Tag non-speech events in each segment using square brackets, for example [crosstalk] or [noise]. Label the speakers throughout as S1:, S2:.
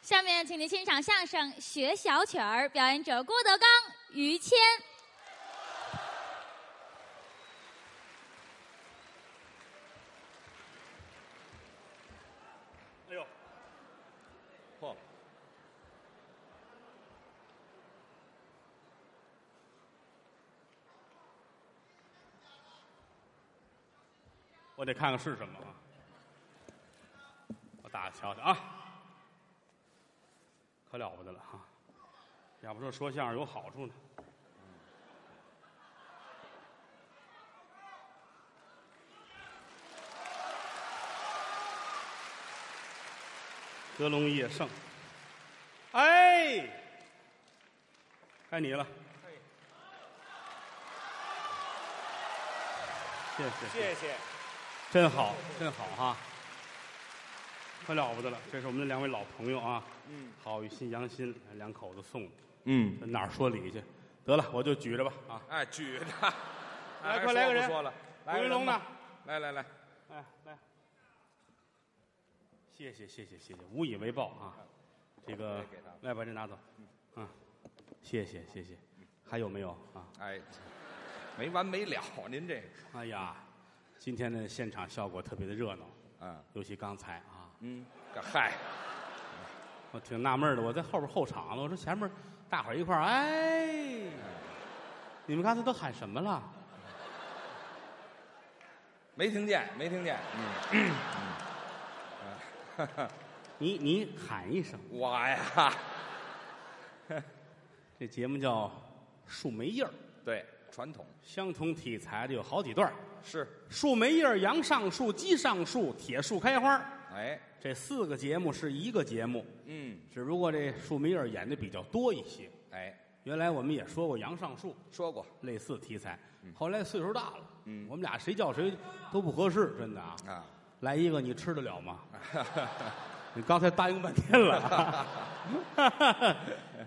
S1: 下面，请您欣赏相声《学小曲儿》，表演者郭德纲、于谦。
S2: 哎呦，嚯！我得看看是什么啊！我打瞧瞧啊，可了不得了哈、啊！要不说说相声有好处呢。歌龙夜胜，哎，该你了，谢谢。
S3: 谢谢，
S2: 真好，真好哈、可了不得了！这是我们的两位老朋友啊，嗯，郝雨欣、杨欣两口子送的，
S3: 嗯，
S2: 这哪儿说理去？得了，我就举着吧啊！
S3: 哎，举着，来，
S2: [laughs] 来快来个人
S3: 说了，来
S2: 吴
S3: 个
S2: 云
S3: 人
S2: 龙
S3: 吧
S2: 呢？
S3: 来来来，
S2: 哎，来，谢谢谢谢谢谢，无以为报啊！这个
S3: 给他吧
S2: 来把这拿走，嗯，谢谢谢谢，还有没有啊？
S3: 哎，没完没了，您这个，
S2: 哎呀，今天的现场效果特别的热闹，
S3: 嗯
S2: 尤其刚才啊，
S3: 嗯，这嗨，
S2: 我挺纳闷儿的，我在后边候场呢，我说前面大伙儿一块儿，哎，你们刚才都喊什么了？
S3: 没听见，没听见，嗯，
S2: 你你喊一声，
S3: 我呀，
S2: 这节目叫《树莓叶儿》，
S3: 对，传统
S2: 相同题材的有好几段儿
S3: 是，
S2: 树莓叶儿、杨上树、鸡上树、铁树开花儿，
S3: 哎，
S2: 这四个节目是一个节目，
S3: 嗯，
S2: 只不过这树莓叶儿演的比较多一些。
S3: 哎，
S2: 原来我们也说过杨上树
S3: 说过，
S2: 类似题材，后来岁数大了，我们俩谁叫谁都不合适，真的啊。
S3: 啊，
S2: 来一个，你吃得了吗？你刚才答应半天了，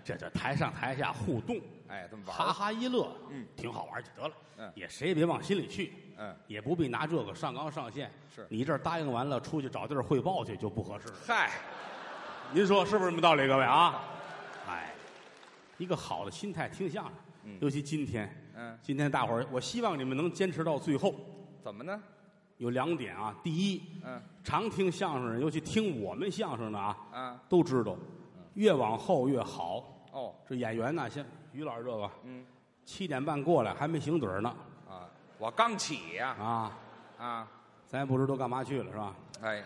S2: 这叫台上台下互动，
S3: 哎，这么玩
S2: 哈
S3: 儿，
S2: 哈一乐，
S3: 嗯，
S2: 挺好玩就得了，
S3: 嗯
S2: 也谁也别往心里去，
S3: 嗯，
S2: 也不必拿这个上纲上线。
S3: 是
S2: 你这儿答应完了，出去找地儿汇报去就不合适了。
S3: 嗨，
S2: 您说是不是这么道理，各位啊？哎，一个好的心态听相声，尤其今天，
S3: 嗯
S2: 今天大伙儿，我希望你们能坚持到最后。
S3: 怎么呢？
S2: 有两点啊，第一，
S3: 嗯，
S2: 常听相声人，尤其听我们相声的啊，
S3: 啊，
S2: 都知道，越往后越好。
S3: 哦，
S2: 这演员呢，像于老师这个，
S3: 嗯，
S2: 七点半过来还没醒盹儿呢
S3: 啊，我刚起呀，
S2: 啊，
S3: 啊，
S2: 咱也不知道干嘛去了是吧？
S3: 哎，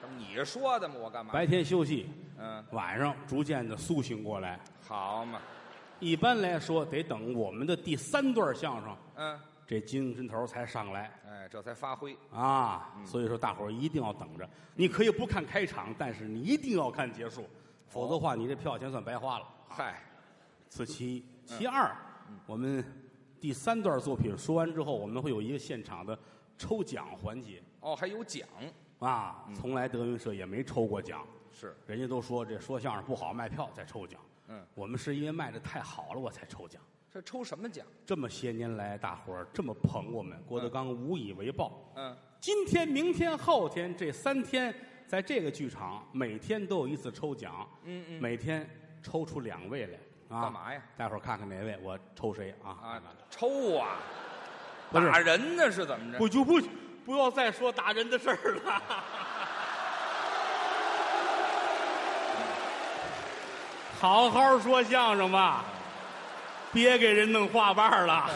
S3: 这不你说的吗？我干嘛？
S2: 白天休息，
S3: 嗯，
S2: 晚上逐渐的苏醒过来。
S3: 好嘛，
S2: 一般来说，得等我们的第三段相声，
S3: 嗯，
S2: 这精神头儿才上来
S3: 哎，这才发挥，
S2: 啊。所以说，大伙儿一定要等着。你可以不看开场，但是你一定要看结束，否则的话，你这票钱算白花了。
S3: 嗨，
S2: 此其其二，我们第三段作品说完之后，我们会有一个现场的抽奖环节
S3: 哦，还有奖，
S2: 啊。从来德云社也没抽过奖，
S3: 是，
S2: 人家都说这说相声不好卖票才抽奖，
S3: 嗯，
S2: 我们是因为卖的太好了我才抽奖。
S3: 这抽什么奖？
S2: 这么些年来，大伙儿这么捧我们，郭德纲无以为报。
S3: 嗯，
S2: 今天、明天、后天这三天，在这个剧场每天都有一次抽奖，
S3: 嗯嗯
S2: 每天抽出两位来啊。
S3: 干嘛呀？
S2: 待会儿看看哪位我抽谁啊？
S3: 啊，抽啊，
S2: 不是
S3: 打人呢是怎么着？
S2: 不就不不要再说打人的事儿了。 [laughs] 好好说相声吧，别给人弄话瓣儿了。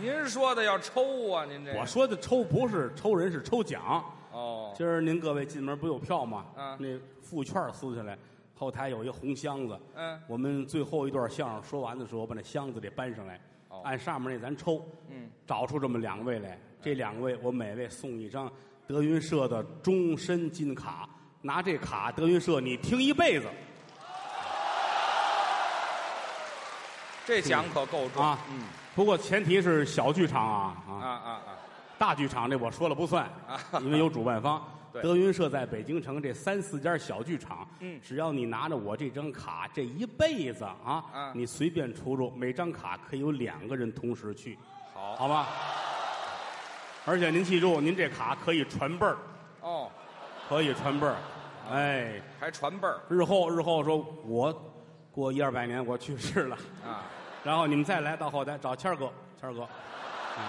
S3: 您说的要抽啊，您这
S2: 我说的抽不是抽人，是抽奖。
S3: 哦，
S2: 今儿您各位进门不有票吗？
S3: 嗯
S2: 那副券撕下来，后台有一红箱子。
S3: 嗯
S2: 我们最后一段相声说完的时候，把那箱子得搬上来，
S3: 哦
S2: 按上面那咱抽。
S3: 嗯，
S2: 找出这么两位来，这两位我每位送一张德云社的终身金卡，拿这卡德云社你听一辈子
S3: 这奖可够重
S2: 啊！
S3: 嗯，
S2: 不过前提是小剧场啊
S3: 啊
S2: 啊，
S3: 啊啊，
S2: 大剧场这我说了不算
S3: 啊，
S2: 因为有主办方。
S3: [laughs] 对
S2: 德云社在北京城这三四家小剧场，
S3: 嗯
S2: 只要你拿着我这张卡，这一辈子啊，
S3: 啊
S2: 你随便出入，每张卡可以有两个人同时去，
S3: 好
S2: 好吧？而且您记住，您这卡可以传辈儿，
S3: 哦，
S2: 可以传辈儿。哎，
S3: 还传辈儿
S2: 日后日后说我过一二百年我去世了， [laughs]
S3: 啊，
S2: 然后你们再来到后台找谦儿哥，谦儿哥，嗯，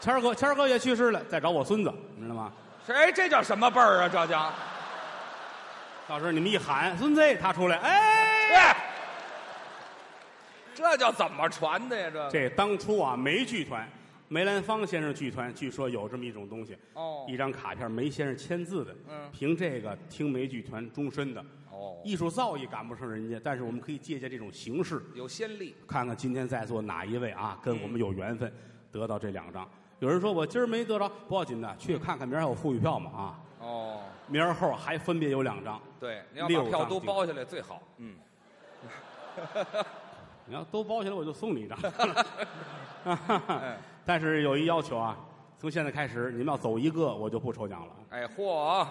S2: 谦儿哥，谦儿哥也去世了，再找我孙子，你知道吗？
S3: 这哎这叫什么辈儿啊？这叫
S2: 到时候你们一喊孙子，他出来，哎，
S3: 哎，这叫怎么传的呀？这
S2: 这当初啊，梅剧团，梅兰芳先生剧团，据说有这么一种东西，
S3: 哦
S2: 一张卡片，梅先生签字的，
S3: 嗯
S2: 凭这个听梅剧团终身的，
S3: 哦，
S2: 艺术造诣赶不上人家，但是我们可以借鉴这种形式，
S3: 有先例
S2: 看看今天在座哪一位啊，跟我们有缘分，得到这两张。有人说我今儿没得着，不要紧的，去看看明儿还有沪语票嘛啊，
S3: 哦，
S2: 明儿后还分别有两张，
S3: 对，你要
S2: 六
S3: 把
S2: 张
S3: 票都
S2: 地
S3: 包下来最好。嗯，
S2: 你要都包起来我就送
S3: [laughs]
S2: 你一张。但是有一要求啊，从现在开始你们要走一个我就不抽奖了，
S3: 哎嚯，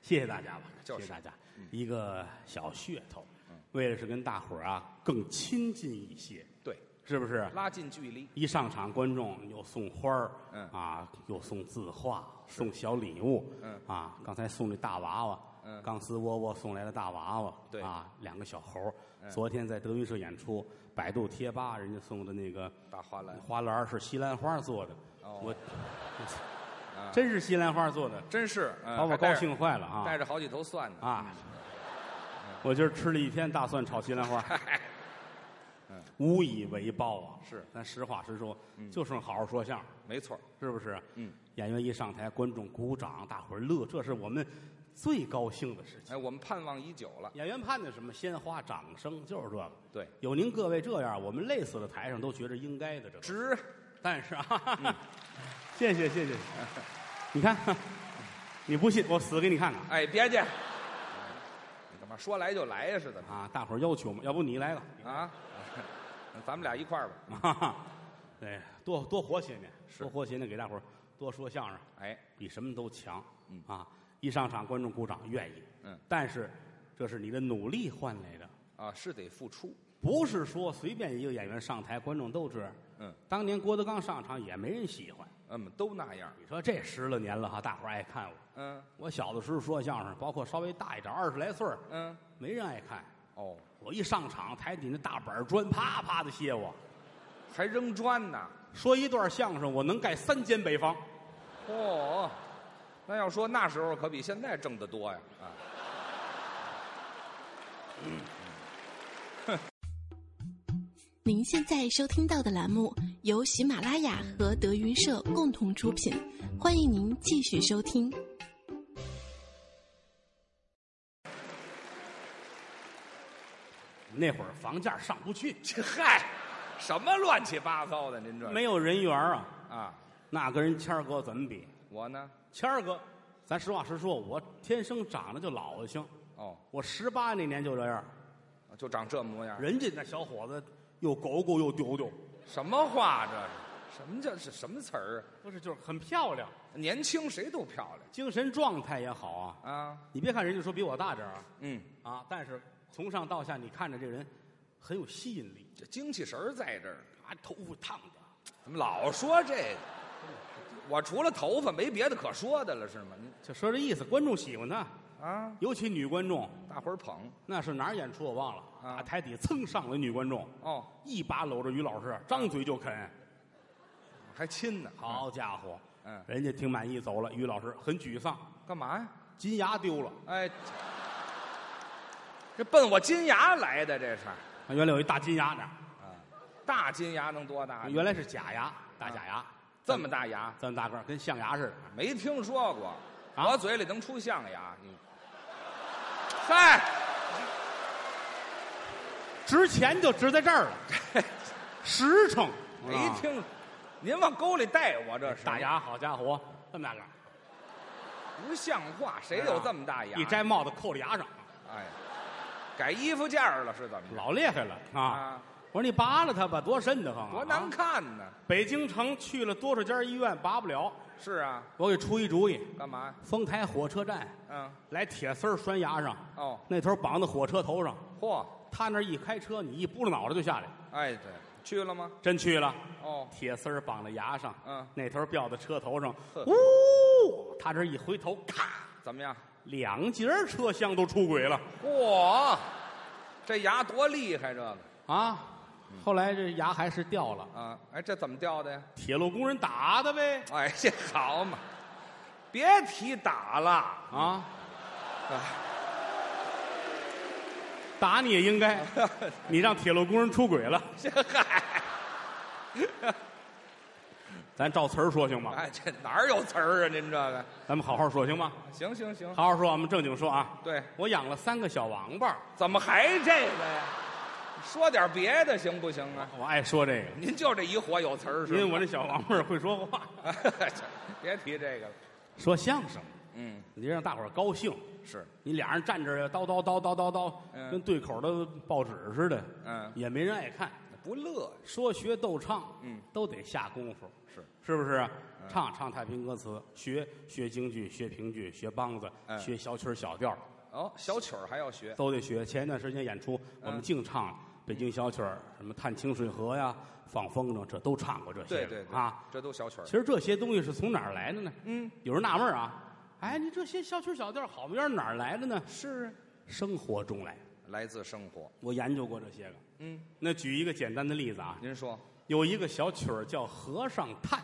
S2: 谢谢大家吧，
S3: 就是嗯
S2: 谢谢大家，一个小噱头，为了是跟大伙儿啊更亲近一些，
S3: 对，
S2: 是不是？
S3: 拉近距离，
S2: 一上场，观众又送花儿，
S3: 嗯
S2: 啊，又送字画，送小礼物，
S3: 嗯
S2: 啊，刚才送这大娃娃，
S3: 嗯
S2: 钢丝窝窝送来的大娃娃，
S3: 对嗯
S2: 啊，两个小猴儿。昨天在德云社演出，百度贴吧人家送的那个
S3: 大花篮
S2: 花篮儿是西兰花做的，
S3: 嗯哦
S2: 我 [laughs] 真是西兰花做的，
S3: 真是嗯
S2: 把我
S3: 还带
S2: 高
S3: 着
S2: 兴坏了啊！
S3: 带着好几头蒜呢。
S2: 啊，我今儿吃了一天大蒜炒西兰花，无以为报啊！
S3: 是
S2: 咱实话实说，就剩好好说相声，
S3: 没错儿，
S2: 是不是？
S3: 嗯，
S2: 演员一上台，观众鼓掌，大伙儿乐，这是我们最高兴的事情。
S3: 哎，我们盼望已久了。
S2: 演员盼的什么？鲜花、掌声，就是这个。
S3: 对，
S2: 有您各位这样，我们累死了台上都觉着应该的，这都是。
S3: 值
S2: 但是啊，
S3: 嗯
S2: [laughs] 谢谢
S3: [laughs]
S2: 谢谢，你看，你不信，我死给你看看
S3: 哎，别介，哎你干嘛说来就来呀？是怎么
S2: 啊！大伙儿要求嘛，要不你来吧。
S3: 啊？ [laughs] 咱们俩一块儿吧。
S2: 哈哈， [laughs] 对，多多活些年，
S3: 是
S2: 多活些年，给大伙儿多说相声，
S3: 哎，
S2: 比什么都强。
S3: 嗯
S2: 啊，一上场观众鼓掌，愿意。
S3: 嗯，
S2: 但是这是你的努力换来的，
S3: 啊，是得付出。
S2: 不是说随便一个演员上台，观众都这样。
S3: 嗯，
S2: 当年郭德纲上场也没人喜欢，
S3: 嗯，都那样。
S2: 你说这十来年了哈，大伙儿爱看我。
S3: 嗯
S2: 我小的时候说相声，包括稍微大一点，二十来岁儿
S3: 嗯，
S2: 没人爱看。
S3: 哦，
S2: 我一上场，台底那大板砖啪啪的卸我，
S3: 还扔砖呢。
S2: 说一段相声，我能盖三间北方。
S3: 嚯，哦那要说那时候可比现在挣得多呀。啊， [laughs]
S4: 您现在收听到的栏目由喜马拉雅和德云社共同出品，欢迎您继续收听。
S2: 那会儿房价上不去，
S3: 这嗨，什么乱七八糟的？您这
S2: 没有人缘啊，
S3: 啊？
S2: 那跟人谦儿哥怎么比？
S3: 我呢？
S2: 谦儿哥，咱实话实说，我天生长得就老性，
S3: 哦，
S2: 我十八那年就这样，
S3: 就长这模样。
S2: 人家那小伙子又狗狗又丢丢，
S3: 什么话这是？什么叫是什么词儿啊？
S2: 不是就是很漂亮，
S3: 年轻谁都漂亮
S2: 精神状态也好啊。
S3: 啊。
S2: 你别看人家说比我大点儿啊
S3: 嗯，
S2: 啊，但是从上到下你看着这人很有吸引力
S3: 这精气神儿在这儿，
S2: 啊，头发烫的，
S3: 怎么老说这个？我除了头发没别的可说的了，是吗？你
S2: 就说这意思，观众喜欢他，
S3: 啊，
S2: 尤其女观众，
S3: 大伙儿捧
S2: 那是哪儿演出我忘了，
S3: 啊
S2: 啊，台底蹭上来女观众，
S3: 哦，
S2: 一把搂着于老师，张嘴就啃。
S3: 还亲呢。
S2: 好家伙，
S3: 嗯，
S2: 人家挺满意走了。于老师很沮丧，
S3: 干嘛呀？
S2: 金牙丢了。
S3: 哎，这奔我金牙来的，这是
S2: 啊原来有一大金牙呢，
S3: 大金牙能多大？
S2: 原来是假牙，大假牙，
S3: 啊这么大啊牙
S2: 这么大个儿，跟象牙似的。
S3: 没听说过，
S2: 啊
S3: 我嘴里能出象牙？你嗨，
S2: 值钱就值在这儿了，实诚。
S3: 没
S2: 啊
S3: 听，您往沟里带我这是
S2: 大，牙，好家伙，这么大个儿，啊
S3: 不像话，谁有这么大牙？
S2: 一摘帽子扣在牙上，
S3: 哎，改衣服架儿了是怎么着？
S2: 老厉害了啊！
S3: 啊，
S2: 我说你拔了它吧，多瘆得慌啊！
S3: 多难
S2: 啊！
S3: 看呢！
S2: 北京城去了多少家医院，拔不了。
S3: 是啊，
S2: 我给出一主意，
S3: 干嘛呀？
S2: 丰台火车站
S3: 嗯，
S2: 来铁丝儿拴牙上，
S3: 哦，
S2: 那头绑在火车头上，
S3: 嚯，
S2: 他那儿一开车，你一拨了脑袋就下来，
S3: 哎，对，去了吗？
S2: 真去了。
S3: 哦，
S2: 铁丝儿绑在牙上，
S3: 嗯
S2: 那头儿吊在车头上
S3: 呵，
S2: 呜，他这儿一回头，咔，
S3: 怎么样？
S2: 两节儿车厢都出轨了
S3: 嚯，这牙多厉害，这个
S2: 啊！
S3: 嗯
S2: 后来这牙还是掉了，
S3: 啊，哎，这怎么掉的呀？
S2: 铁路工人打的呗
S3: 哎，这好嘛，别提打了， [laughs]
S2: 啊！
S3: 哎
S2: 打你也应
S3: [laughs]
S2: 该，你让铁路工人出轨了。
S3: 这嗨，
S2: 咱照词儿说行吗？
S3: 哎，这哪儿有词儿啊？您这个，
S2: 咱们好好说行吗？
S3: 行行行，
S2: 好好说，我们正经说啊。
S3: 对，
S2: 我养了三个小王八，
S3: 怎么还这个呀？说点别的行不行啊？
S2: 我爱说
S3: [laughs]
S2: 这个，
S3: 您就这一火有词儿
S2: 因
S3: 是
S2: 为
S3: 吗？
S2: 我这小王八儿会说
S3: [laughs]
S2: 话，
S3: 别提这个了，
S2: 说相声，
S3: 嗯，
S2: 你让大伙儿高兴。
S3: 是，
S2: 你俩人站着叨叨叨叨叨叨，
S3: 嗯
S2: 跟对口的报纸似的，
S3: 嗯
S2: 也没人爱看。
S3: 不乐
S2: 说学逗唱，
S3: 嗯，
S2: 都得下功夫，
S3: 是嗯
S2: 是不是啊？唱唱太平歌词，学学京剧，学评剧，学梆子，
S3: 嗯
S2: 学小曲儿小调儿，
S3: 哦，小曲儿还要学，
S2: 都得学。前一段时间演出，我
S3: 嗯
S2: 们净唱了北京小曲儿，什么《探清水河》呀，《放风筝》，这都唱过这些
S3: 对
S2: 了
S3: 对对
S2: 啊。，
S3: 这都小曲儿
S2: 其，实这些东西是从哪儿来的呢？
S3: 嗯，
S2: 有人纳闷儿啊，哎，你这些小曲儿小调儿好不点哪儿来的呢？
S3: 是
S2: 生活中来，
S3: 来自生活，
S2: 我研究过这些个。
S3: 嗯，
S2: 那举一个简单的例子啊，
S3: 您说
S2: 有一个小曲儿叫《和尚叹》，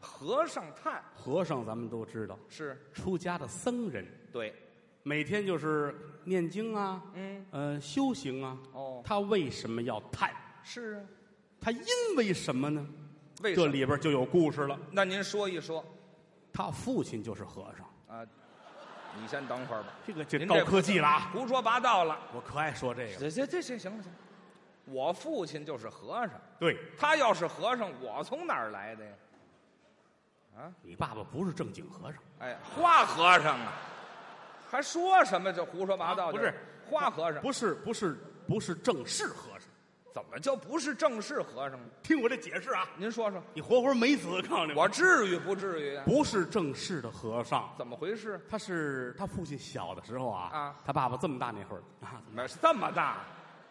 S3: 和尚叹
S2: 和尚咱们都知道，
S3: 是
S2: 出家的僧人，
S3: 对，
S2: 每天就是念经啊，
S3: 嗯，
S2: 呃，修行啊。
S3: 哦，
S2: 他为什么要叹？
S3: 是啊，
S2: 他因为什么呢？
S3: 为什
S2: 这
S3: 么？
S2: 里边就有故事了。
S3: 那您说一说
S2: 他父亲就是和尚，
S3: 啊，你先等会儿吧。
S2: 这个这
S3: 您
S2: 高
S3: 这
S2: 科技了啊！
S3: 胡说八道了！
S2: 我可爱说这个了。
S3: 这这这这行了行了，我父亲就是和尚，
S2: 对
S3: 他要是和尚，我从哪儿来的呀？
S2: 你爸爸不是正经和尚，
S3: 哎，花和尚啊，还说什么这胡说八道
S2: 啊
S3: 的、
S2: 不是
S3: 花和尚，
S2: 不是不是不是正式和尚。
S3: 怎么就不是正式和尚呢？
S2: 听我这解释啊，
S3: 您说说，
S2: 你活活美死！告诉你，
S3: 我至于不至于啊？
S2: 不是正式的和尚，
S3: 怎么回事？
S2: 他是他父亲小的时候啊，
S3: 啊
S2: 他爸爸这么大那会儿啊，
S3: 怎么这么大？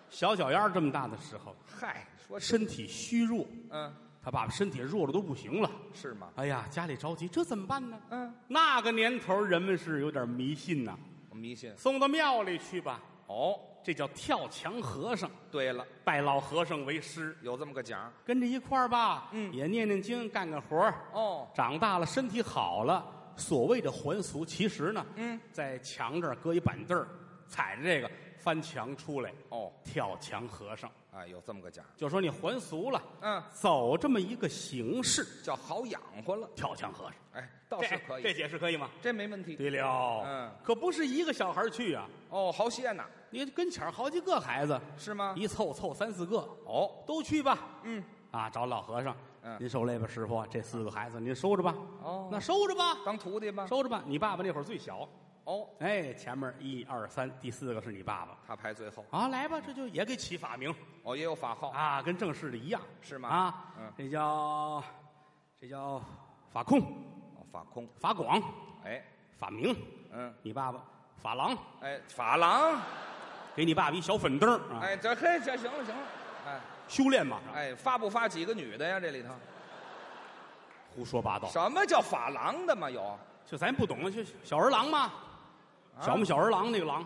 S2: 小脚丫儿这么大的时候，
S3: 嗨，说是
S2: 身体虚弱，
S3: 嗯
S2: 他爸爸身体弱的都不行了。
S3: 是吗？
S2: 哎呀，家里着急，这怎么办呢？
S3: 嗯，
S2: 那个年头人们是有点迷信呐、
S3: 我迷信
S2: 送到庙里去吧，
S3: 哦。
S2: 这叫跳墙和尚，
S3: 对了，
S2: 拜老和尚为师，
S3: 有这么个奖
S2: 跟着一块儿吧，
S3: 嗯
S2: 也念念经，干干活儿。
S3: 哦，
S2: 长大了，身体好了，所谓的还俗，其实呢，
S3: 嗯
S2: 在墙这儿搁一板凳儿，踩着这个翻墙出来，
S3: 哦
S2: 跳墙和尚，
S3: 啊，有这么个奖，
S2: 就说你还俗了，
S3: 嗯，
S2: 走这么一个形式，
S3: 叫好养活了。
S2: 跳墙和尚，
S3: 哎，倒是可以，
S2: 这这解释可以吗？
S3: 这没问题。
S2: 对了，
S3: 嗯，
S2: 可不是一个小孩儿去啊，
S3: 哦，好些呢，
S2: 你跟前儿好几个孩子，
S3: 是吗？
S2: 一凑凑三四个，
S3: 哦，
S2: 都去吧，
S3: 啊嗯，
S2: 啊，找老和尚，
S3: 嗯
S2: 您受累吧，师傅，这四个孩子您收着吧，
S3: 哦
S2: 那收着吧，
S3: 当徒弟吧。
S2: 收着吧，你爸爸那会儿最小。
S3: 哦，
S2: 哎，前面一二三，第四个是你爸爸
S3: 他排最后。
S2: 啊，来吧，这就也给起法名
S3: 哦，也有法号。
S2: 啊，跟正式的一样
S3: 是吗
S2: 啊，
S3: 嗯
S2: 这叫这叫法控、
S3: 哦，法空。
S2: 法广、
S3: 哎，
S2: 法明，
S3: 嗯，
S2: 你爸爸法郎，
S3: 哎，法郎。
S2: 给你爸爸一小粉灯儿啊，
S3: 哎，这嘿，这行了行了。哎
S2: 修炼嘛，
S3: 哎，发不发几个女的呀？这里头
S2: 胡说八道，
S3: 什么叫法郎的嘛？有啊
S2: 就咱不懂，就小儿郎嘛，小啊么小儿郎那个郎，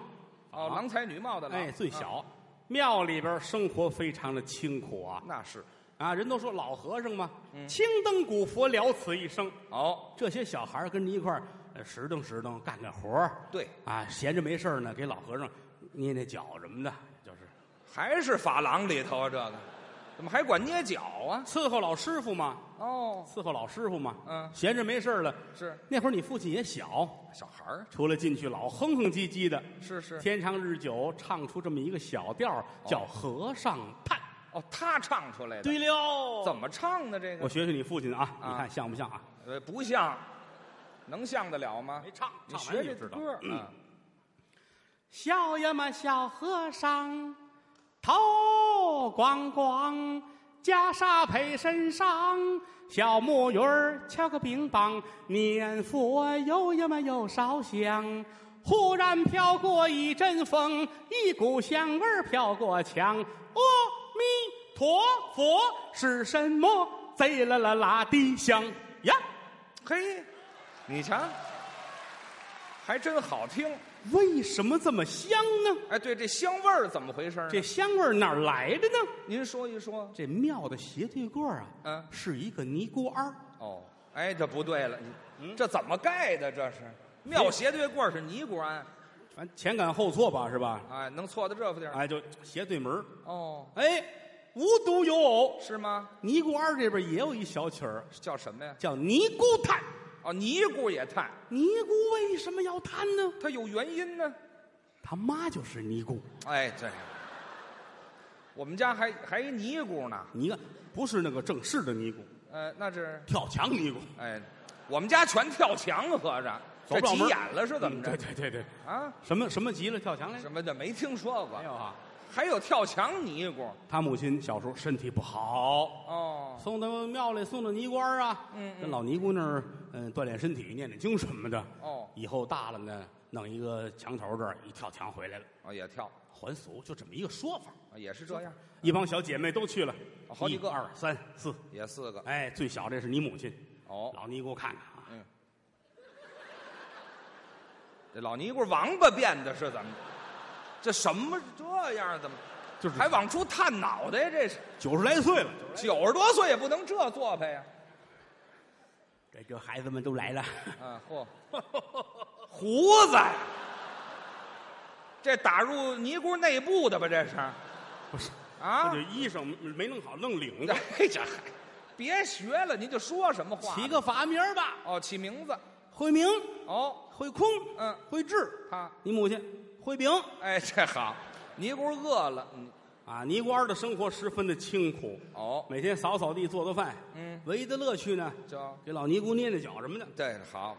S3: 哦，郎才女貌的郎。
S2: 啊哎，最
S3: 嗯
S2: 小。庙里边生活非常的清苦啊
S3: 那是。
S2: 啊！人都说老和尚嘛，青灯古佛了此一生，
S3: 哦，
S2: 这些小孩儿跟着一块儿呃拾掇拾掇，干干活儿
S3: 对，
S2: 啊，闲着没事儿呢，给老和尚捏捏脚什么的，就是
S3: 还是法郎里头啊？这个怎么还管捏脚啊？
S2: 伺候老师傅嘛，
S3: 哦，
S2: 伺候老师傅嘛。
S3: 嗯
S2: 闲着没事儿了，
S3: 是
S2: 那会儿你父亲也小，
S3: 小孩儿。
S2: 除了进去老哼哼唧唧的，
S3: 是是。
S2: 天长日久唱出这么一个小调儿叫《和尚叹》。
S3: 哦，他唱出来的。
S2: 对了，
S3: 怎么唱的这个？
S2: 我学学你父亲啊，
S3: 啊
S2: 你看像不像啊？
S3: 呃，不像，能像得了吗？
S2: 唱，
S3: 你
S2: 唱
S3: 学
S2: 完你就
S3: 这
S2: 知道。嗯
S3: 歌儿啊，
S2: 小呀嘛小和尚，头光光，袈裟配身上，小木鱼儿敲个冰棒，念佛有呀嘛有烧香。忽然飘过一阵风，一股香味儿飘过墙。阿弥陀佛是什么？贼啦啦啦的香呀！
S3: 嘿，你瞧，还真好听。
S2: 为什么这么香呢？
S3: 哎，对，这香味儿怎么回事儿？
S2: 这香味儿哪儿来的呢？
S3: 您说一说。
S2: 这庙的斜对过啊，
S3: 嗯
S2: 是一个尼姑庵儿
S3: 哦，哎，这不对了，
S2: 嗯
S3: 你这怎么盖的？这是庙斜对过是尼姑庵，
S2: 反正前赶后错吧，是吧？
S3: 哎，能错到这副地儿？
S2: 哎，就斜对门儿
S3: 哦，
S2: 哎，无独有偶，
S3: 是吗？
S2: 尼姑庵这边也有一小曲儿，
S3: 叫什么呀？
S2: 叫尼姑叹。
S3: 哦，尼姑也叹，
S2: 尼姑为什么要叹呢？
S3: 它有原因呢。
S2: 他妈就是尼姑，
S3: 哎，对，我们家还还一尼姑呢。
S2: 你看，不是那个正式的尼姑，
S3: 呃，那是
S2: 跳墙尼姑，
S3: 哎，我们家全跳墙，合着
S2: 走
S3: 这
S2: 不了
S3: 急
S2: 门儿
S3: 眼了是怎么着
S2: 嗯？对对对对，
S3: 啊，
S2: 什么什么急了跳墙来着？
S3: 什么的没听说过
S2: 没，有啊，
S3: 还有跳墙尼姑
S2: 他母亲小时候身体不好，
S3: 哦，
S2: 送到庙里，送到尼姑庵啊，
S3: 嗯嗯
S2: 跟老尼姑那儿，嗯，锻炼身体，念念经什么的。
S3: 哦
S2: 以后大了呢，弄一个墙头这儿，一跳墙回来了，
S3: 哦也跳，
S2: 还俗，就这么一个说法。
S3: 哦也是这样，
S2: 一帮小姐妹都去了，
S3: 哦好几个
S2: 一二三四，
S3: 也四个
S2: 哎，最小这是你母亲，
S3: 哦，
S2: 老尼姑看看啊，
S3: 嗯，这老尼姑王八变的是怎么着？这什么这样怎么？
S2: 就是
S3: 还往出探脑袋，这是
S2: 九十来岁了，
S3: 九十多岁也不能这做派呀！
S2: 这这孩子们都来了，
S3: 啊，嚯，胡子，这打入尼姑内部的吧？这是
S2: 不是，
S3: 啊
S2: 这就？衣裳没弄好，弄领子，
S3: [laughs] 哎呀，嗨别学了，您就说什么话？
S2: 起个法名儿吧，
S3: 哦，起名字
S2: 慧明、
S3: 哦，
S2: 慧空、
S3: 嗯，
S2: 慧智，
S3: 他
S2: 你母亲慧炳
S3: 哎，这好，尼姑饿了，嗯，
S2: 啊，尼姑庵的生活十分的清苦，
S3: 哦，
S2: 每天扫扫地、做做饭，
S3: 嗯，
S2: 唯一的乐趣呢，
S3: 叫
S2: 给老尼姑捏捏脚什么的。
S3: 对，好，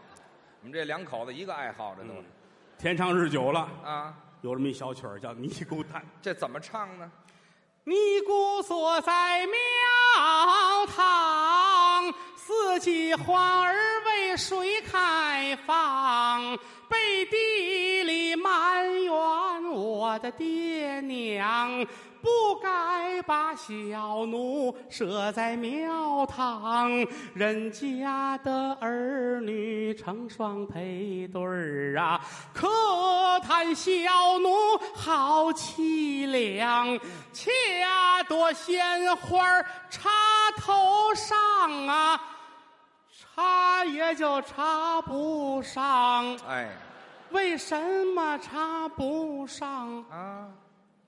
S3: 我们这两口子一个爱好，这都是、
S2: 天长日久了，
S3: 啊，
S2: 有这么一小曲儿叫《尼姑叹》。
S3: 这怎么唱呢？
S2: [laughs] 尼姑所在庙堂，四季花儿为谁开放？背地里埋怨我的爹娘，不该把小奴舍在庙堂。人家的儿女成双配对儿啊，可叹小奴好凄凉，恰朵鲜花儿插头上啊，插也就插不上。
S3: 哎
S2: 为什么插不上？
S3: 啊，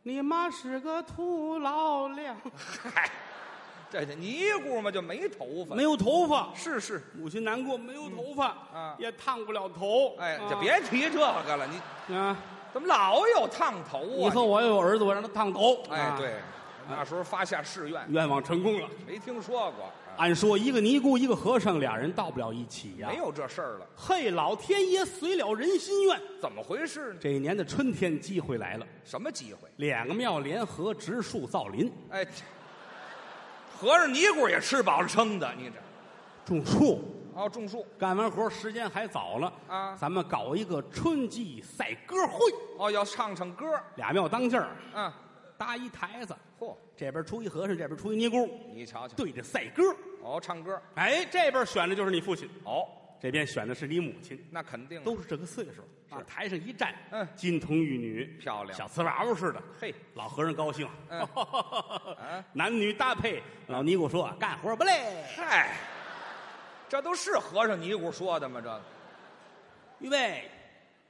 S2: 你妈是个土老娘，
S3: 嗨，这这尼姑嘛就没头发，
S2: 没有头发。
S3: 是是，
S2: 母亲难过，没有头发，
S3: 啊
S2: 也烫不了头。
S3: 哎，
S2: 啊
S3: 就别提这个了，你
S2: 啊！
S3: 怎么老有烫头啊？
S2: 以后我要有儿子，我让他烫头。
S3: 你，哎
S2: 啊，
S3: 对，那时候发下誓愿，
S2: 愿望成功了。
S3: 没听说过，啊
S2: 按说一个尼姑，一个和尚，俩人到不了一起哎呀、
S3: 没。有这事儿了，
S2: 嘿，老天爷随了人心愿。
S3: 怎么回事呢？
S2: 这一年的春天，机会来了，
S3: 什么机会？
S2: 两个庙联合植树造林，
S3: 哎，这合着尼姑也吃饱了撑的，你这
S2: 种树。
S3: 哦，种树
S2: 干完活时间还早了
S3: 啊
S2: 咱们搞一个春季赛歌会，
S3: 哦，要唱唱歌，
S2: 俩庙当劲儿
S3: 啊，
S2: 搭一台子，
S3: 嚯，
S2: 这边出一和尚，这边出一尼姑，
S3: 你瞧瞧，
S2: 对着赛歌。
S3: 哦，唱歌，
S2: 哎，这边选的就是你父亲，
S3: 哦，
S2: 这边选的是你母亲，
S3: 那肯定的
S2: 都是这个岁数啊。台上一站，
S3: 嗯
S2: 金童玉女，
S3: 漂亮
S2: 小瓷娃娃似的。
S3: 嘿，
S2: 老和尚高兴，啊 [laughs]
S3: 嗯啊
S2: 男女搭配。老尼姑说：“啊干活不累，
S3: 嗨，这都是和尚尼姑说的吗？这
S2: 预备，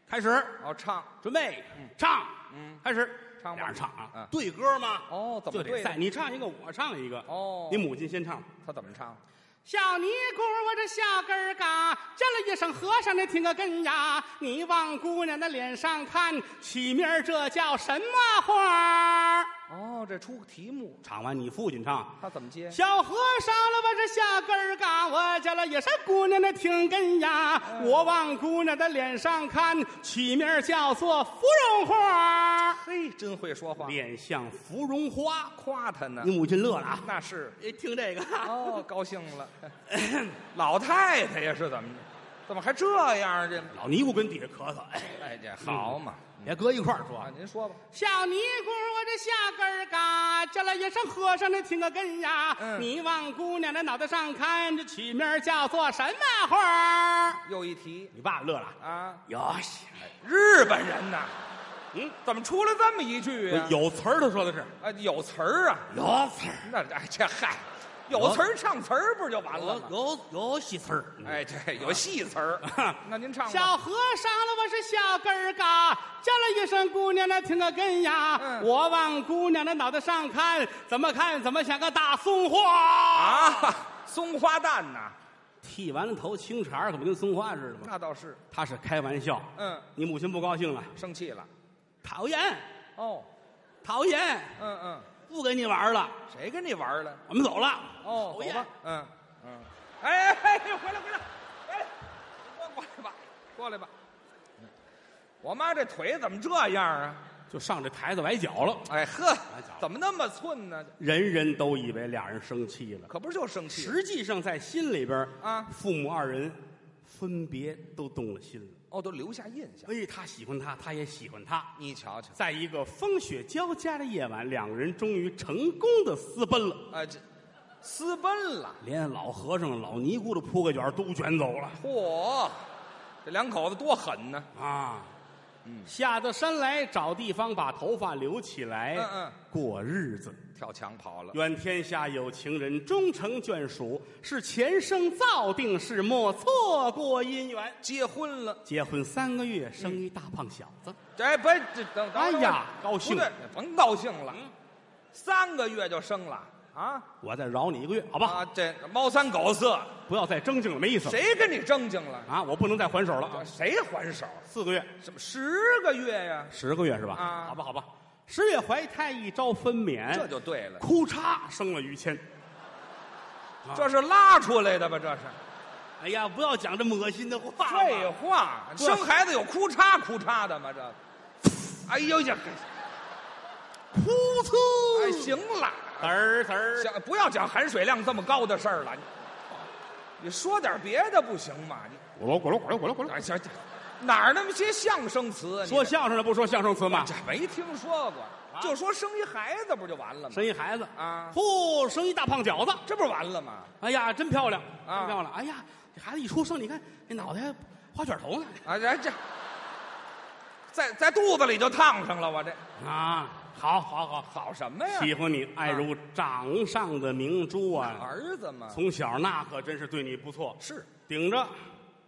S2: 开始，
S3: 哦，唱
S2: 准备，唱，
S3: 嗯
S2: 开始，
S3: 唱吧
S2: 俩人唱
S3: 嗯
S2: 啊，对歌嘛。
S3: 哦怎么
S2: 就得
S3: 对呢
S2: 赛？你唱一个，我唱一个。
S3: 哦
S2: 你母亲先唱。”
S3: 他怎么唱？
S2: 小尼姑，我这小根儿嘎，叫了一声和尚，那听个根呀。你往姑娘的脸上看，起名儿这叫什么花儿？
S3: 哦，这出个题目，
S2: 唱完你父亲唱。
S3: 他怎么接？
S2: 小和尚了，我这小根儿嘎，我叫了一声姑娘的听根呀。我往姑娘的脸上看，起名儿叫做芙蓉花儿。
S3: 嘿，真会说话，
S2: 脸像芙蓉花，
S3: 夸他呢
S2: 你，母亲乐了啊！
S3: 那是
S2: [laughs] 哎，听这个，
S3: 哦，高兴了。 [laughs] 老太太呀，是怎么着？怎么还这样？这
S2: 老尼姑跟底下咳嗽，哎
S3: 哎，哎，这好嘛，
S2: 嗯
S5: 别搁一块儿说
S3: 啊，。您说吧，
S2: 小尼姑，我这下根儿嘎，叫了一声和尚，那挺个根呀。
S3: 嗯
S2: 你往姑娘的脑袋上看，这曲名叫做什么花儿？
S3: 又一提
S5: 你爸乐了，
S3: 啊，
S5: 有戏，
S3: 哎日本人呐，
S2: 嗯，哎
S3: 怎么出来这么一句
S2: 啊
S3: 呀？
S5: 有词儿，他说的是
S3: 啊，有词儿啊，
S5: 有词儿，
S3: 那哎这嗨，有词儿唱词儿不就完了吗？
S5: 有有戏词儿。
S3: 哎，对，有戏词儿，那您唱吧。
S2: 小和尚了，我是小根儿嘎，叫了一声姑娘那挺个根呀。
S3: 嗯
S2: 我往姑娘的脑袋上看，怎么看怎么像个大松花。
S3: 啊，松花蛋呐，
S2: 剃完了头，青茬儿可不跟松花似的吗？
S3: 那倒是，
S2: 他是开玩笑。
S3: 嗯，
S2: 你母亲不高兴了，
S3: 生气了。
S2: 讨厌，
S3: 哦，
S2: 讨厌，
S3: 嗯嗯，
S2: 不跟你玩儿了，
S3: 谁跟你玩儿了？
S2: 我们走了。
S3: 哦，
S2: 讨
S3: 走
S2: 厌
S3: 吧，嗯嗯，哎哎哎，回来回来，哎，过过来吧，过来吧。嗯我妈这腿怎么这样啊？
S2: 就上这台子崴脚了。
S3: 哎呵
S2: 哎家伙，
S3: 怎么那么寸呢？
S2: 人人都以为俩人生气了，
S3: 可不是就生气了？
S2: 实际上在心里边
S3: 啊
S2: 父母二人分别都动了心了。
S3: 哦，都留下印象。
S2: 哎，他喜欢他，他也喜欢他。
S3: 你瞧瞧，
S2: 在一个风雪交加的夜晚，两人终于成功的私奔了，
S3: 啊，这私奔了，
S2: 连老和尚、老尼姑的铺盖卷都卷走了
S3: 嚯，这两口子多狠呢！
S2: 啊！
S3: 嗯
S2: 下到山来找地方把头发留起来，
S3: 嗯嗯
S2: 过日子。
S3: 跳墙跑了，
S2: 愿天下有情人终成眷属，是前生造定事，莫错过姻缘。
S3: 结婚了。
S2: 结婚三个月，生一大胖小子，
S3: 哎，不，这等等，
S2: 哎呀高兴嗯
S3: 不对，甭高兴了，三个月就生了啊
S2: 我再饶你一个月，好吧？
S3: 啊！这猫三狗四，
S2: 不要再争竞了，没意思。
S3: 啊谁跟你正经了？
S2: 啊？我不能再还手了啊！
S3: 谁还手？
S2: 四个月，
S3: 什么十个月呀？
S2: 十个月是吧？
S3: 啊
S2: 好吧，好吧。十月怀胎，一朝分娩，
S3: 这就对了，
S2: 哭嚓生了于谦。啊
S3: 这是拉出来的吧？这是
S2: 哎呀，不要讲这么恶心的话嘛。
S3: 废话，
S2: 不
S3: 生孩子有哭嚓哭嚓的吗？这，哎呦呀，
S2: 噗
S3: 哎，
S2: 呲，
S3: 行了，
S2: 呲儿呲儿，
S3: 讲不要讲含水量这么高的事儿了，你你说点别的不行吗？你
S2: 咕噜咕噜咕噜咕噜咕噜。
S3: 哎，行，哪儿那么些相声词啊？你
S2: 说相声的不说相声词吗
S3: 这？没听说过，就说生一孩子不就完了吗？
S2: 生一孩子
S3: 啊
S2: 嚯，生一大胖饺子，
S3: 这不是完了吗？
S2: 哎呀，真漂亮，
S3: 啊
S2: 真漂亮！哎呀，这孩子一出生，你看那脑袋花卷头呢
S3: 啊，这这，在在肚子里就烫上了，我这
S2: 啊！好，好，好，好，
S3: 好什么呀？
S2: 喜欢你，爱如掌上的明珠啊！
S3: 儿子嘛，
S2: 从小那可真是对你不错，
S3: 是
S2: 顶着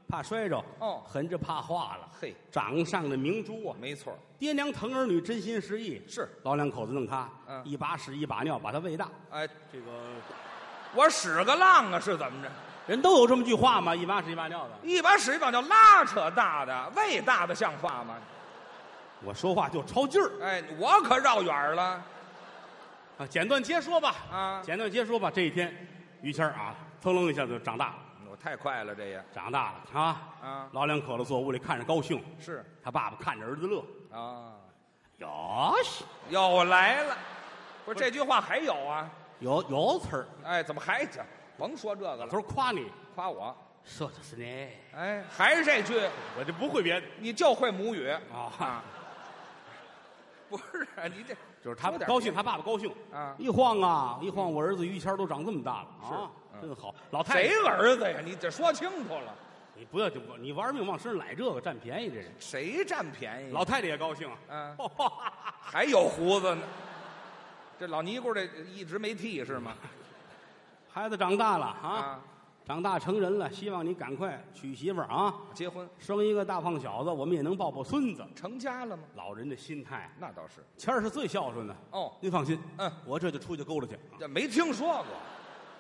S2: 怕摔着，
S3: 哦
S2: 横着怕化了，
S3: 嘿，
S2: 掌上的明珠啊！
S3: 没错，
S2: 爹娘疼儿女，真心实意，
S3: 是
S2: 老两口子弄他，
S3: 嗯
S2: 一把屎一把尿把他喂大。
S3: 哎，
S2: 这个
S3: 我屎个浪啊，是怎么着？
S2: 人都有这么句话嘛，一把屎一把尿的。
S3: 一把屎一把尿，拉扯大的，胃大的像话吗？
S2: 我说话就超劲儿。
S3: 哎，我可绕远儿了
S2: 啊，简短截说吧，
S3: 啊
S2: 简短截说吧。这一天，于谦儿啊，噌楞一下就长大了，
S3: 嗯我太快了，这也
S2: 长大了啊
S3: 啊
S2: 老两口子坐屋里看着高兴，
S3: 是
S2: 他爸爸看着儿子乐，
S3: 啊，
S2: 有戏，
S3: 又来了，不是这句话还有啊？
S2: 有有词儿，
S3: 哎，怎么还讲？甭说这个了
S2: 他，说夸你，
S3: 夸我。
S2: 说的是你，
S3: 哎，还是这句，
S2: 我就不会别的
S3: 你就会母语
S2: 啊
S3: 啊。？不是，你这
S2: 就是他
S3: 说点
S2: 高兴，他爸爸高兴
S3: 啊
S2: 一晃啊，一晃，我儿子于谦儿都长这么大了啊，
S3: 嗯
S2: 真好。老太
S3: 谁
S2: 太，
S3: 儿子呀？你这说清楚了，
S2: 你不要就不你玩命往身上揽这个占便宜，这人。
S3: 谁占便宜？
S2: 老太太也高兴 [laughs]
S3: 嗯
S2: 啊，
S3: 还有胡子呢，这老尼姑这一直没剃是吗？
S2: 孩子长大了啊
S3: 啊，
S2: 长大成人了，希望你赶快娶媳妇儿啊，
S3: 结婚
S2: 生一个大胖小子，我们也能抱抱孙子。
S3: 成家了吗？
S2: 老人的心态，
S3: 那倒是，
S2: 谦儿是最孝顺的。
S3: 哦
S2: 您放心，
S3: 嗯
S2: 我这就出去勾搭去。啊
S3: 这没听说过，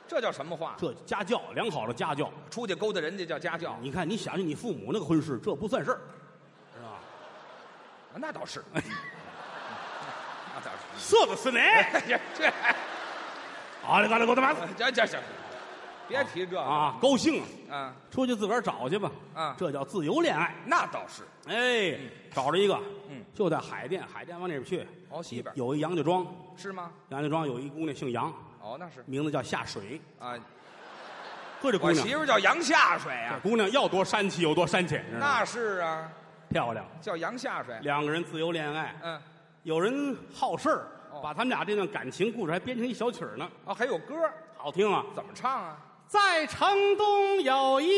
S3: 这叫什么话？
S2: 这家教，良好的家教。
S3: 出去勾搭人家叫家教，啊
S2: 你看，你想想你父母那个婚事，这不算事儿，是吧？
S3: 那倒是，
S2: 哎
S3: 嗯那倒是。
S2: 说的是你，
S3: 哎呀，这
S2: [laughs] 好嘞，好嘞，我的妈
S3: 这这这，别提这个
S2: 啊，高兴啊，
S3: 啊，
S2: 出去自个儿找去吧。
S3: 啊
S2: 这叫自由恋爱。
S3: 那倒是。
S2: 哎，找着一个，
S3: 嗯
S2: 就在海淀，海淀往那边去，
S3: 哦西边
S2: 有一杨家庄，
S3: 是吗？
S2: 杨家庄有一姑娘姓杨，
S3: 哦，那是
S2: 名字叫夏水，
S3: 啊，
S2: 呵，这姑
S3: 我媳
S2: 娘，
S3: 妇儿叫杨下水
S2: 这
S3: 啊，
S2: 姑娘要多煽气有多煽气，知道吗
S3: 那是啊，
S2: 漂亮。
S3: 叫杨下水。
S2: 嗯两个人自由恋爱，
S3: 嗯，
S2: 有人好事儿
S3: 哦
S2: 把他们俩这段感情故事还编成一小曲儿呢，
S3: 哦，还有歌儿，
S2: 好听啊！
S3: 怎么唱啊？
S2: 在城东有一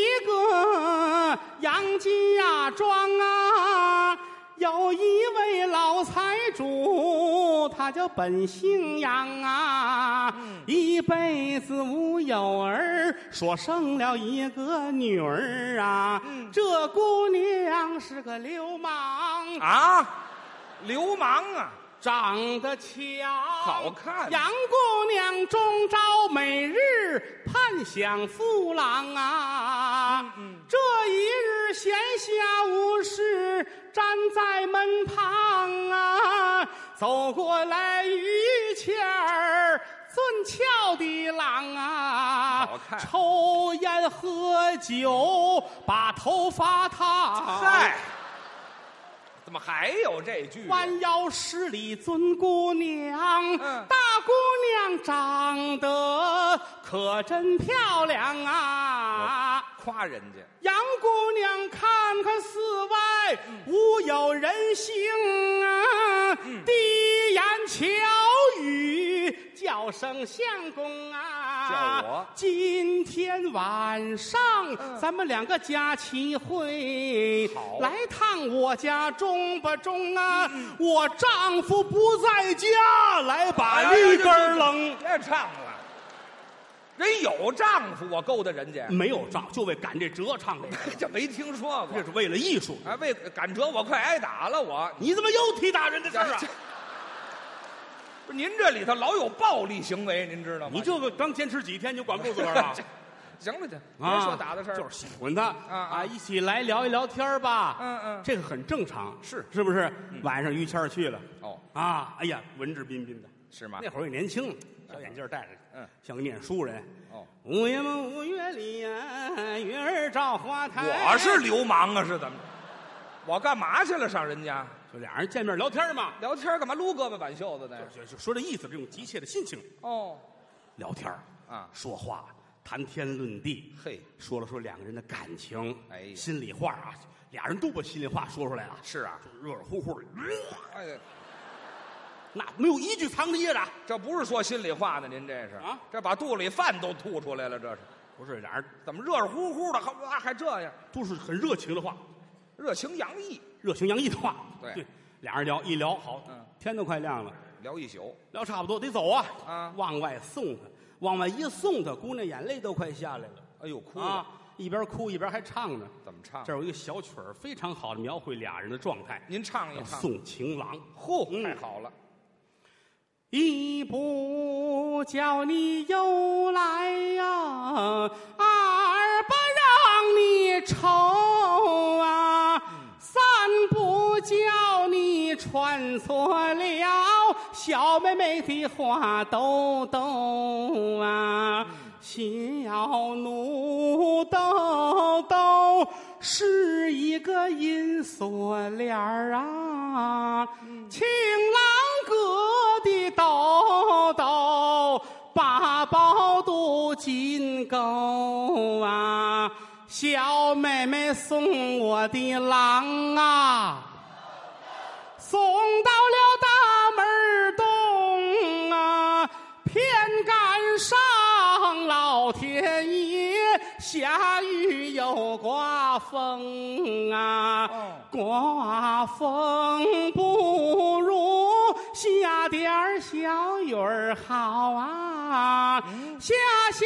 S2: 个杨家庄啊，有一位老财主，他叫本姓杨啊，
S3: 嗯
S2: 一辈子无有儿，说生了一个女儿啊，
S3: 嗯
S2: 这姑娘是个流氓。
S3: 啊，流氓啊！
S2: 长得巧，
S3: 好看
S2: 杨姑娘中招每日盼想父郎
S3: 嗯
S2: 啊，这一日闲暇无事，站在门旁啊，走过来于谦儿。俊俏的郎啊，
S3: 好看
S2: 抽烟喝酒，把头发烫。
S3: 嗨，怎么还有这句啊？
S2: 弯腰施礼尊姑娘，
S3: 嗯
S2: 大姑娘长得可真漂亮啊！
S3: 夸人家，
S2: 杨姑娘看看寺外无有人行啊，
S3: 嗯
S2: 低言巧语叫声相公啊，
S3: 叫我嗯
S2: 今天晚上、咱们两个家齐会，
S3: 好嗯
S2: 来趟我家中不中啊？我丈夫不在家，来
S3: 哎
S2: 把绿根儿扔。
S3: 别唱了。人有丈夫，我勾搭人家，
S2: 没有账，就为赶这折唱这个，
S3: 这没听说过
S2: 这。是为了艺
S3: [laughs]
S2: 术。
S3: 啊，为赶折我快挨打了，我。
S2: 你怎么又提打人的事儿啊
S3: 这？不是您这里头老有暴力行为，您知道吗？
S2: 你这个刚坚持几天，你就管不住自个儿了
S3: 这行了，行，别
S2: 啊？
S3: 说打的事儿了，
S2: 就是喜欢他
S3: 啊
S2: 一起来聊一聊天儿吧。
S3: 嗯嗯
S2: 这个很正常，
S3: 是嗯
S2: 是不是？晚上于谦儿去了
S3: 哦，
S2: 啊，哎呀，文质彬彬的，
S3: 是吗
S2: 那？会儿也年轻，小眼镜儿戴着，
S3: 嗯，
S2: 像个念书人。
S3: 哦，
S2: 五月梦五月里呀，月儿照花台。
S3: 我是流氓啊，是怎么着？我干嘛去了？上人家
S2: 就俩人见面聊天儿嘛，
S3: 聊天干嘛？撸胳膊挽袖子的？
S2: 就就说这意思，这种急切的心情
S3: 哦，
S2: 聊天儿
S3: 啊
S2: 说话谈天论地，
S3: 嘿，
S2: 说了说两个人的感情，
S3: 哎呀
S2: 心里话啊，俩人都把心里话说出来了，
S3: 是啊，
S2: 热热乎乎的，
S3: 哎呀，
S2: 那没有一句藏着掖着啊。
S3: 这不是说心里话呢，您这是
S2: 啊
S3: 这把肚里饭都吐出来了，这是
S2: 不是，俩人
S3: 怎么热热乎乎的，还哇还这样，
S2: 都是很热情的话，
S3: 热情洋溢，
S2: 热情洋溢的话。
S3: 对
S2: 俩人聊一聊，好，
S3: 嗯
S2: 天都快亮了，
S3: 聊一宿。
S2: 聊差不多得走啊。
S3: 啊
S2: 往外送他，往外一送他，姑娘眼泪都快下来了。
S3: 哎呦，哭
S2: 啊
S3: 了，，
S2: 一边哭一边还唱呢。
S3: 怎么唱
S2: 这？有一个小曲儿，非常好的描绘俩人的状态。
S3: 您唱一
S2: 叫
S3: 唱。
S2: 送情郎。
S3: 嚯，
S2: 嗯
S3: 太好了！
S2: 一不叫你又来呀、二不让你愁啊，三不叫你穿错了小妹妹的花兜兜啊，小奴兜兜是一个银锁链儿啊，情郎哥的兜兜八宝镀金钩啊，小妹妹送我的郎啊，送到了大门儿东啊，偏赶上老天爷下雨又刮风啊。
S3: 哦
S2: 刮风不如下点儿小雨儿好啊，下小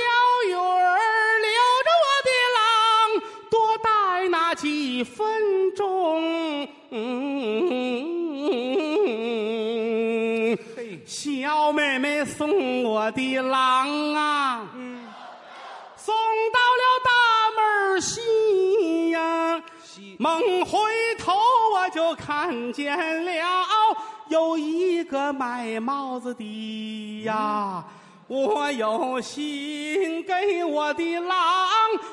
S2: 雨儿留着我的郎，多待那几分钟。嗯
S3: 嘿，
S2: 小妹妹送我的郎啊，送到了大门儿西呀、
S3: 西
S2: 猛回头，我就看见了有一个卖帽子的呀。我有心给我的郎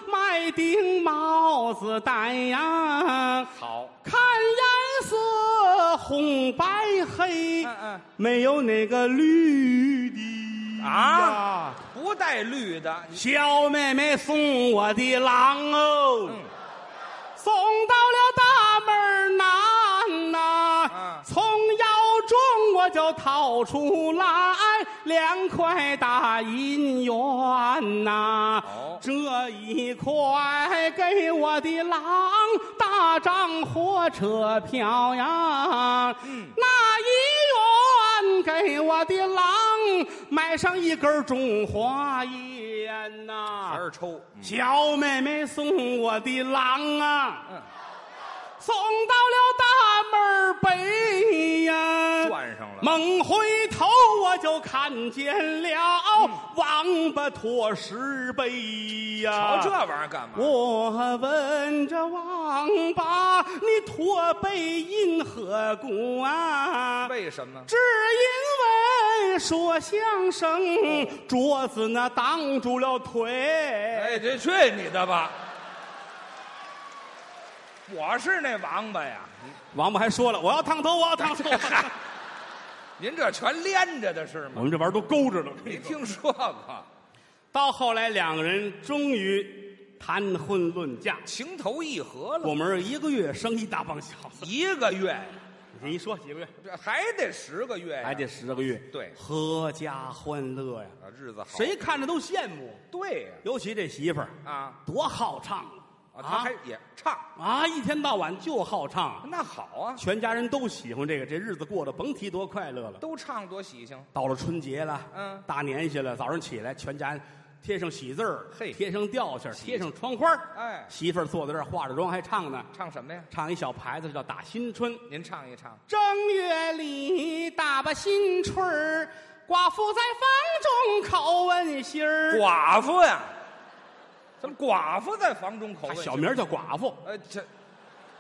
S2: 买顶帽子戴呀，
S3: 好，
S2: 看颜色红白黑，
S3: 嗯嗯
S2: 没有哪个绿的
S3: 啊，不带绿的，你
S2: 小妹妹送我的郎哦，
S3: 嗯
S2: 送到了大门南
S3: 啊
S2: 我就掏出来两块大银元呐、
S3: 哦
S2: 这一块给我的郎搭张火车票呀，
S3: 嗯
S2: 那一元给我的郎买上一根中华烟呐、
S3: 还是抽，嗯
S2: 小妹妹送我的郎啊，
S3: 嗯
S2: 送到了大门北呀，
S3: 转上了
S2: 猛回头我就看见了王八驮石碑呀
S3: 瞧。这玩意儿干嘛？
S2: 我问这王八，你驮背因何故啊？
S3: 为什么？
S2: 只因为说相声，桌子那挡住了腿。
S3: 哎，这去你的吧！我是那王八呀！
S2: 王八还说了：“我要烫头，我要烫头。
S3: 您这全连着的是”
S2: [laughs] 我
S3: 吗？
S2: 们这玩意儿都勾着了。
S3: 没听说过，
S2: 到后来，两个人终于谈婚论嫁。
S3: 情投意合了
S2: 我，们一个月生一大帮小子，
S3: 一个月呀，
S2: 你一说几个月？
S3: 这还得十个月呀，
S2: 还得十个月。
S3: 对
S2: 阖家欢乐呀，
S3: 啊日子好。
S2: 谁看着都羡慕。
S3: 对呀？
S2: 尤其这媳妇儿，
S3: 啊
S2: 多好唱
S3: 啊，他还也唱，
S2: 啊！一天到晚就好唱，
S3: 那好啊，
S2: 全家人都喜欢这个，这日子过得甭提多快乐了。
S3: 都唱多喜庆。
S2: 到了春节了，
S3: 嗯
S2: 大年下了，早上起来全家人贴上喜字儿，
S3: 嘿
S2: 贴上吊线儿，
S3: 喜
S2: 贴上窗花儿
S3: 哎
S2: 媳妇儿坐在这儿化着妆还唱呢，
S3: 唱什么呀？
S2: 唱一小牌子叫《打新春》。
S3: 您唱一唱。
S2: 正月里打把新春儿，寡妇在房中口问心儿。
S3: 寡妇呀，怎么寡妇在房中口
S2: 她
S3: 问？
S2: 小名叫寡妇，
S3: 呃，这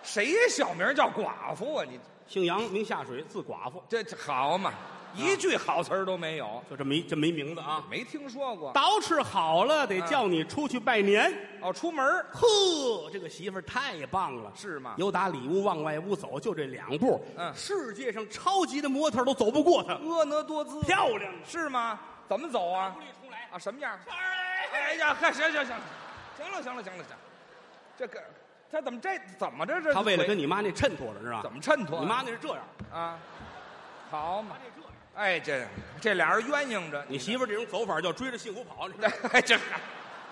S3: 谁小名叫寡妇啊？你
S2: 姓杨，名下水，字寡妇，
S3: 这这好嘛，
S2: 啊
S3: 一句好词儿都没有，
S2: 就这么一这么一名字啊。
S3: 没听说过。
S2: 捯饬好了，得叫你出去拜年。
S3: 哦，出门儿
S2: 呵，这个媳妇儿太棒了，
S3: 是吗
S2: 由打里屋往外屋走，就这两步，
S3: 嗯
S2: 世界上超级的模特都走不过她，
S3: 婀娜多姿，
S2: 漂亮。
S3: 是吗？怎么走啊？
S2: 出来，
S3: 啊，什么样？哎呀，嗨，行行行，行了行了行了行，这个他怎么这怎么着这？
S2: 她为了跟你妈那衬托着是吧？
S3: 怎么衬托啊？
S2: 你妈那是这样，
S3: 啊，好嘛，哎，这这俩人鸳鸯着， [laughs]
S2: 你
S3: 呢
S2: 媳妇儿这种走法叫追着幸福跑，你知道吗
S3: 哎，这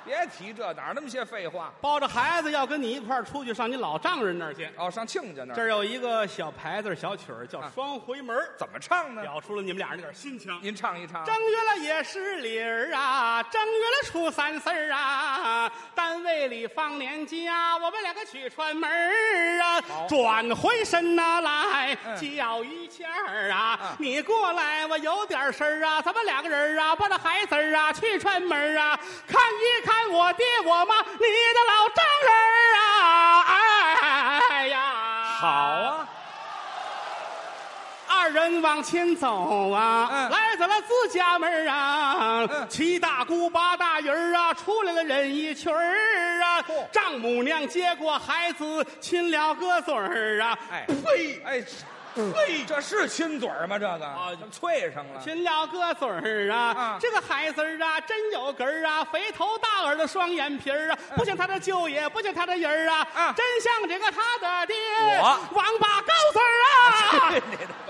S3: 别提这，哪儿那么些废话？
S2: 抱着孩子要跟你一块儿出去，上你老丈人那儿去。
S3: 哦，上亲家那
S2: 这
S3: 儿
S2: 儿有一个小牌子小曲儿叫
S3: 啊
S2: 《双回门儿》，
S3: 怎么唱呢？
S2: 表出了你们俩人那点心腔。
S3: 您唱一唱。
S2: 正月了也是理儿啊，正月了初三四儿啊，单位里放年假，我们两个去串门儿啊，转回身呐、来
S3: 嗯
S2: 叫于谦儿啊，
S3: 啊
S2: 你过来，我有点事儿啊，咱们两个人儿啊，抱着孩子儿啊去串门儿啊，看一看我爹我妈，你的老丈人儿啊，哎呀，
S3: 好。啊，
S2: 二人往前走啊，
S3: 嗯
S2: 来到了自家门儿啊，
S3: 嗯
S2: 七大姑八大姨儿啊，出来了人一群儿啊，
S3: 嚯
S2: 丈母娘接过孩子亲了个嘴儿啊，
S3: 哎
S2: 呸，
S3: 哎，
S2: 呸
S3: 这是亲嘴儿吗？这个
S2: 啊
S3: 怎么脆上了。
S2: 亲了个嘴儿啊，
S3: 啊
S2: 这个孩子儿啊，真有根儿啊，肥头大耳的双眼皮儿啊，不像他的舅爷，不像他的人儿啊，
S3: 嗯啊
S2: 真像这个他的爹，
S3: 我
S2: 王八羔子儿啊
S3: [laughs] 。你的